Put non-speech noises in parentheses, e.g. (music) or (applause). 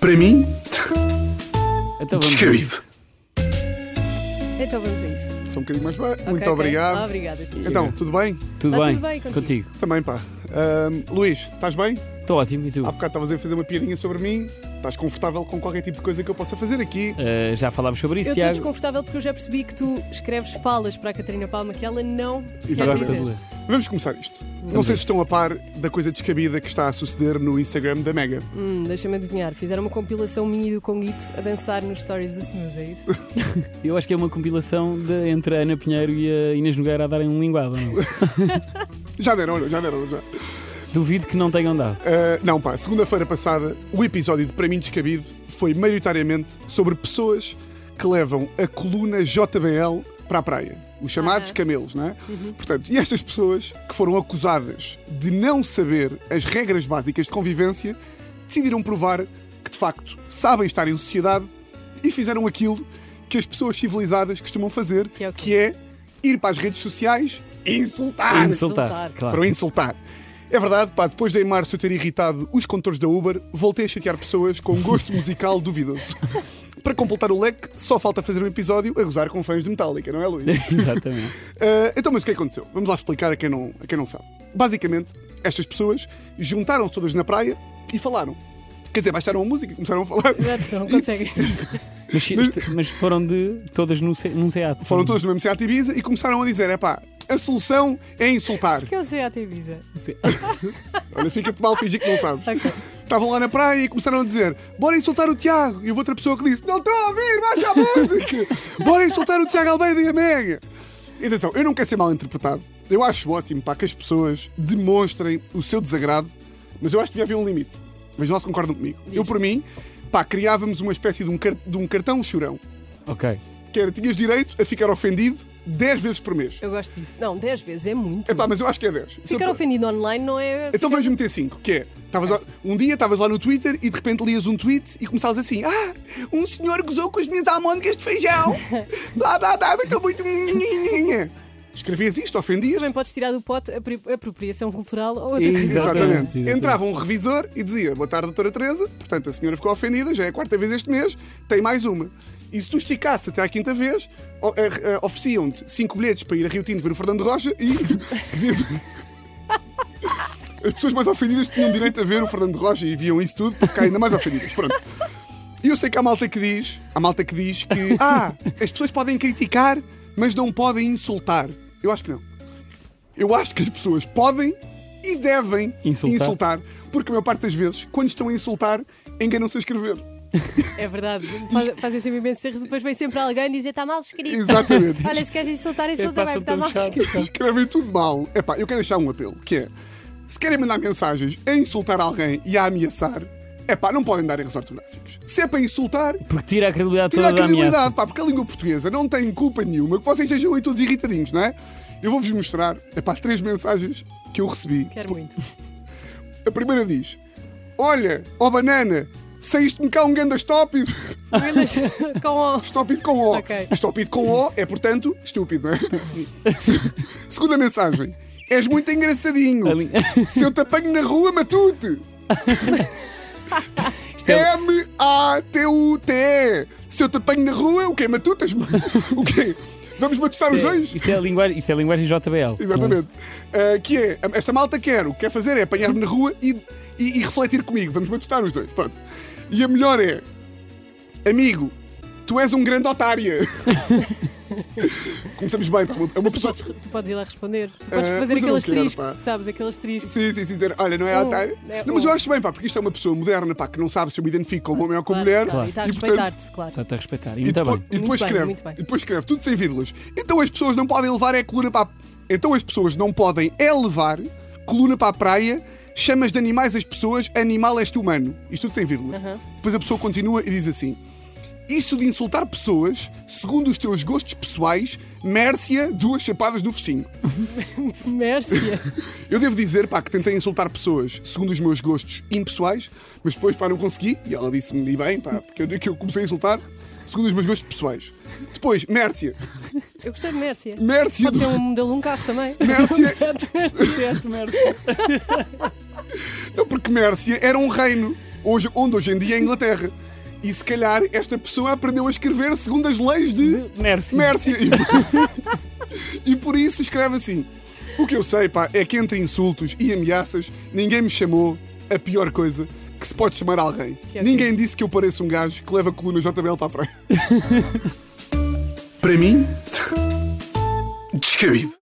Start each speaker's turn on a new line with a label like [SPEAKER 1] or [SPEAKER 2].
[SPEAKER 1] Para mim,
[SPEAKER 2] Então vamos.
[SPEAKER 1] descabido.
[SPEAKER 3] Então vamos a isso.
[SPEAKER 4] Sou um bocadinho mais baixo.
[SPEAKER 3] Ok,
[SPEAKER 4] Muito
[SPEAKER 3] ok.
[SPEAKER 4] obrigado.
[SPEAKER 3] Obrigada. Tiago.
[SPEAKER 4] Então, tudo bem?
[SPEAKER 2] Tudo,
[SPEAKER 3] Está
[SPEAKER 2] bem?
[SPEAKER 3] Tá tudo bem contigo?
[SPEAKER 2] contigo?
[SPEAKER 4] Também, pá. Ahm, Luís, estás bem?
[SPEAKER 2] Estou ótimo, e tu?
[SPEAKER 4] Há bocado estavas a fazer uma piadinha sobre mim. Estás confortável com qualquer tipo de coisa que eu possa fazer aqui.
[SPEAKER 2] Ah, já falámos sobre isso,
[SPEAKER 3] Eu estou
[SPEAKER 2] Tiago.
[SPEAKER 3] desconfortável porque eu já percebi que tu escreves falas para a Catarina Palma que ela não quer
[SPEAKER 4] Exatamente.
[SPEAKER 2] Gosta de
[SPEAKER 3] dizer.
[SPEAKER 2] ler.
[SPEAKER 4] Vamos começar isto. Não sei se estão a par da coisa descabida que está a suceder no Instagram da Mega.
[SPEAKER 3] Hum, Deixa-me adivinhar. Fizeram uma compilação minha e do Conguito a dançar nos stories do Snooze, é isso?
[SPEAKER 2] Eu acho que é uma compilação de- entre a Ana Pinheiro e a Inês Nogueira a darem um linguado. não
[SPEAKER 4] (laughs)
[SPEAKER 2] é?
[SPEAKER 4] Já deram, olha, já deram, já.
[SPEAKER 2] Duvido que não tenham dado.
[SPEAKER 4] Ah, não, pá, segunda-feira passada, o episódio de Para mim Descabido foi maioritariamente sobre pessoas que levam a coluna JBL para a praia. Os
[SPEAKER 3] Aham.
[SPEAKER 4] chamados
[SPEAKER 3] Uhum.
[SPEAKER 4] camelos, não é? Portanto, e estas pessoas que foram acusadas de não saber as regras básicas de convivência decidiram provar que, de facto, sabem estar em sociedade e fizeram aquilo que as pessoas civilizadas costumam fazer,
[SPEAKER 3] Que é o quê?
[SPEAKER 4] que é ir para as redes sociais e
[SPEAKER 3] Ah,
[SPEAKER 2] insultar.
[SPEAKER 4] insultar.
[SPEAKER 3] insultar.
[SPEAKER 2] Claro. (laughs)
[SPEAKER 4] Foram insultar. É verdade, pá, depois de em março eu ter irritado os condutores da Uber, voltei a chatear pessoas com um gosto musical (laughs) duvidoso. Para completar o leque, só falta fazer um episódio a gozar com fãs de Metallica, não é,
[SPEAKER 2] (laughs)
[SPEAKER 4] Luís?
[SPEAKER 2] Exatamente.
[SPEAKER 4] Ah, então, mas o que é que aconteceu? Vamos lá explicar a quem não, a quem não sabe. Basicamente, estas pessoas juntaram-se todas na praia e falaram. Quer dizer, baixaram a música e começaram a falar.
[SPEAKER 3] Exato, tu não consegue.
[SPEAKER 2] Mas, isto- mas foram de todas num, se- num SEAT.
[SPEAKER 4] Foram todas no mesmo Seat Ibiza e começaram a dizer, é pá, a solução é insultar.
[SPEAKER 3] (laughs) Que eu sei a Ibiza.
[SPEAKER 2] Se-
[SPEAKER 4] Olha, fica-te mal fingir que não sabes.
[SPEAKER 3] Ok.
[SPEAKER 4] Estavam lá na praia e começaram a dizer: Bora insultar o Tiago. E houve outra pessoa que disse: Não estou a ouvir, baixa a
[SPEAKER 3] (laughs)
[SPEAKER 4] música. Bora insultar o Tiago Almeida e a Mega. E atenção, eu não quero ser mal interpretado. Eu acho ótimo para que as pessoas demonstrem o seu desagrado, mas eu acho que devia haver um limite. Mas não se concordam comigo. Eu, por mim, pá, criávamos uma espécie de um, car- de um cartão chorão.
[SPEAKER 2] (laughs) Ok.
[SPEAKER 4] Que era, tinhas direito a ficar ofendido 10 vezes por mês.
[SPEAKER 3] Eu gosto disso. Não, 10 vezes é muito.
[SPEAKER 4] Epá, mas eu acho que é 10. Se eu-
[SPEAKER 3] Ficar ofendido online não é.
[SPEAKER 4] Então vamos meter 5, que é. Tavas lá- um dia estavas lá no Twitter e de repente lias um tweet e começavas assim: Ah, um senhor gozou com as minhas almôndegas de feijão. blá blá blá, estou muito. nhinhinhinhinha." Escrevias isto, ofendias.
[SPEAKER 3] Também podes tirar do pote a pri- a apropriação cultural ou outra coisa.
[SPEAKER 2] Exato.
[SPEAKER 4] Exatamente.
[SPEAKER 2] Exatamente, exatamente.
[SPEAKER 4] Entrava um revisor e dizia: Boa tarde, doutora Teresa. Portanto, a senhora ficou ofendida, já é a quarta vez este mês, tem mais uma. E se tu esticasse até à quinta vez, o- a- a- ofereciam-te cinco bilhetes para ir a Rio Tinto ver o Fernando Rocha e. (laughs) vias- As pessoas mais ofendidas tinham direito a ver o Fernando Rocha e viam isso tudo para ficar ainda mais ofendidas. Pronto. E eu sei que há malta que diz, há malta que diz que ah, as pessoas podem criticar, mas não podem insultar. Eu acho que não. Eu acho que as pessoas podem e devem
[SPEAKER 2] Insultar.
[SPEAKER 4] porque a maior parte das vezes, quando estão a insultar, enganam-se a escrever.
[SPEAKER 3] É verdade. Faz- Fazem sempre imensos erros. Depois vem sempre alguém dizer está mal escrito.
[SPEAKER 4] Exatamente. (laughs)
[SPEAKER 3] Olha, se queres insultar,
[SPEAKER 2] Epá,
[SPEAKER 3] insulta bem,
[SPEAKER 2] são
[SPEAKER 3] está
[SPEAKER 2] tão
[SPEAKER 3] mal
[SPEAKER 2] chatos.
[SPEAKER 3] escrito.
[SPEAKER 4] Escrevem tudo mal. Epá, eu quero deixar um apelo, que é, se querem mandar mensagens a insultar alguém e a ameaçar, epá, não podem dar erros ortográficos. Se é para insultar,
[SPEAKER 2] Porque tira a assim. credibilidade toda
[SPEAKER 4] Tira a
[SPEAKER 2] da ameaça.
[SPEAKER 4] credibilidade, pá, porque a língua portuguesa não tem culpa nenhuma que vocês estejam aí todos irritadinhos, não é? Eu vou-vos mostrar epá, três mensagens que eu recebi. Tipo,
[SPEAKER 3] Quero muito.
[SPEAKER 4] A primeira diz: Olha, ó banana, saíste-me cá um ganda estúpido. (laughs)
[SPEAKER 3] Willis, (laughs) com o...
[SPEAKER 4] Estúpido com O.
[SPEAKER 3] Ok.
[SPEAKER 4] Estúpido com O é, portanto, estúpido, não é? (laughs) Se- Segunda mensagem: És muito engraçadinho.
[SPEAKER 2] A li- (laughs)
[SPEAKER 4] (laughs) Se eu te apanho na rua, matute.
[SPEAKER 2] é-
[SPEAKER 4] M-A-T-U-T-E. Se eu te apanho na rua, o quê? Matutas? (laughs) O quê? Vamos matutar os dois?
[SPEAKER 2] Isto é, a linguagem, isto é a linguagem JBL.
[SPEAKER 4] Exatamente. Ah, que é, esta malta quer, o que quer fazer é apanhar-me na rua e, e, e refletir comigo. Vamos matutar os dois, pronto. E a melhor é, amigo, tu és um
[SPEAKER 2] (laughs)
[SPEAKER 4] grande otária. Começamos bem, pá, é uma
[SPEAKER 3] Tu
[SPEAKER 4] pessoa...
[SPEAKER 3] podes, tu podes ir lá responder. Tu podes
[SPEAKER 4] Eh,
[SPEAKER 3] fazer
[SPEAKER 4] mas eu
[SPEAKER 3] aquele
[SPEAKER 4] não quero,
[SPEAKER 3] asterisco,
[SPEAKER 4] pá.
[SPEAKER 3] sabes? Aquele asterisco.
[SPEAKER 4] Sim, sim, sim, dizer, olha, não é
[SPEAKER 3] Um,
[SPEAKER 4] otária.
[SPEAKER 3] é
[SPEAKER 4] não, mas eu
[SPEAKER 3] um.
[SPEAKER 4] acho bem, pá, porque isto é uma pessoa moderna, pá, que não sabe se eu me identifico como homem ou como
[SPEAKER 3] Claro,
[SPEAKER 4] mulher.
[SPEAKER 3] claro, E está a
[SPEAKER 4] E, portanto,
[SPEAKER 3] respeitar-te,
[SPEAKER 4] (laughs)
[SPEAKER 3] claro. (laughs)
[SPEAKER 2] Está-te a respeitar. E
[SPEAKER 4] E
[SPEAKER 2] muito
[SPEAKER 4] depois,
[SPEAKER 2] bem.
[SPEAKER 4] e depois
[SPEAKER 3] Muito bem,
[SPEAKER 4] escreve,
[SPEAKER 3] muito bem.
[SPEAKER 4] e depois escreve, tudo sem vírgulas. Então as pessoas não podem levar é a coluna para a... Então as pessoas não podem é levar coluna para a praia, chamas de animais as pessoas, animal este humano. Isto tudo sem vírgulas. Depois a pessoa continua e diz assim: Isso de insultar pessoas, segundo os teus gostos pessoais, mércia duas chapadas no focinho.
[SPEAKER 3] Mércia.
[SPEAKER 4] Eu devo dizer, pá, que tentei insultar pessoas segundo os meus gostos impessoais, mas depois, pá, não consegui. E ela disse-me, e bem, pá, porque eu, que eu comecei a insultar segundo os meus gostos pessoais. Depois, Mércia.
[SPEAKER 3] Eu gostei de Mércia.
[SPEAKER 4] Mércia.
[SPEAKER 3] Pode ser um modelo de um carro também.
[SPEAKER 4] Mércia.
[SPEAKER 3] (laughs) Certo, Mércia.
[SPEAKER 4] Não, porque Mércia era um reino. hoje, onde hoje em dia é a Inglaterra. E se calhar esta pessoa aprendeu a escrever segundo as leis de
[SPEAKER 2] Merci.
[SPEAKER 4] Mércia. E por- E, por (laughs) isso escreve assim: O que eu sei, pá, é que entre insultos e ameaças, ninguém me chamou a pior coisa que se pode chamar a alguém.
[SPEAKER 3] Que é o
[SPEAKER 4] ninguém disse que eu pareço um gajo que leva a coluna JBL para a praia.
[SPEAKER 1] Para mim, descabido.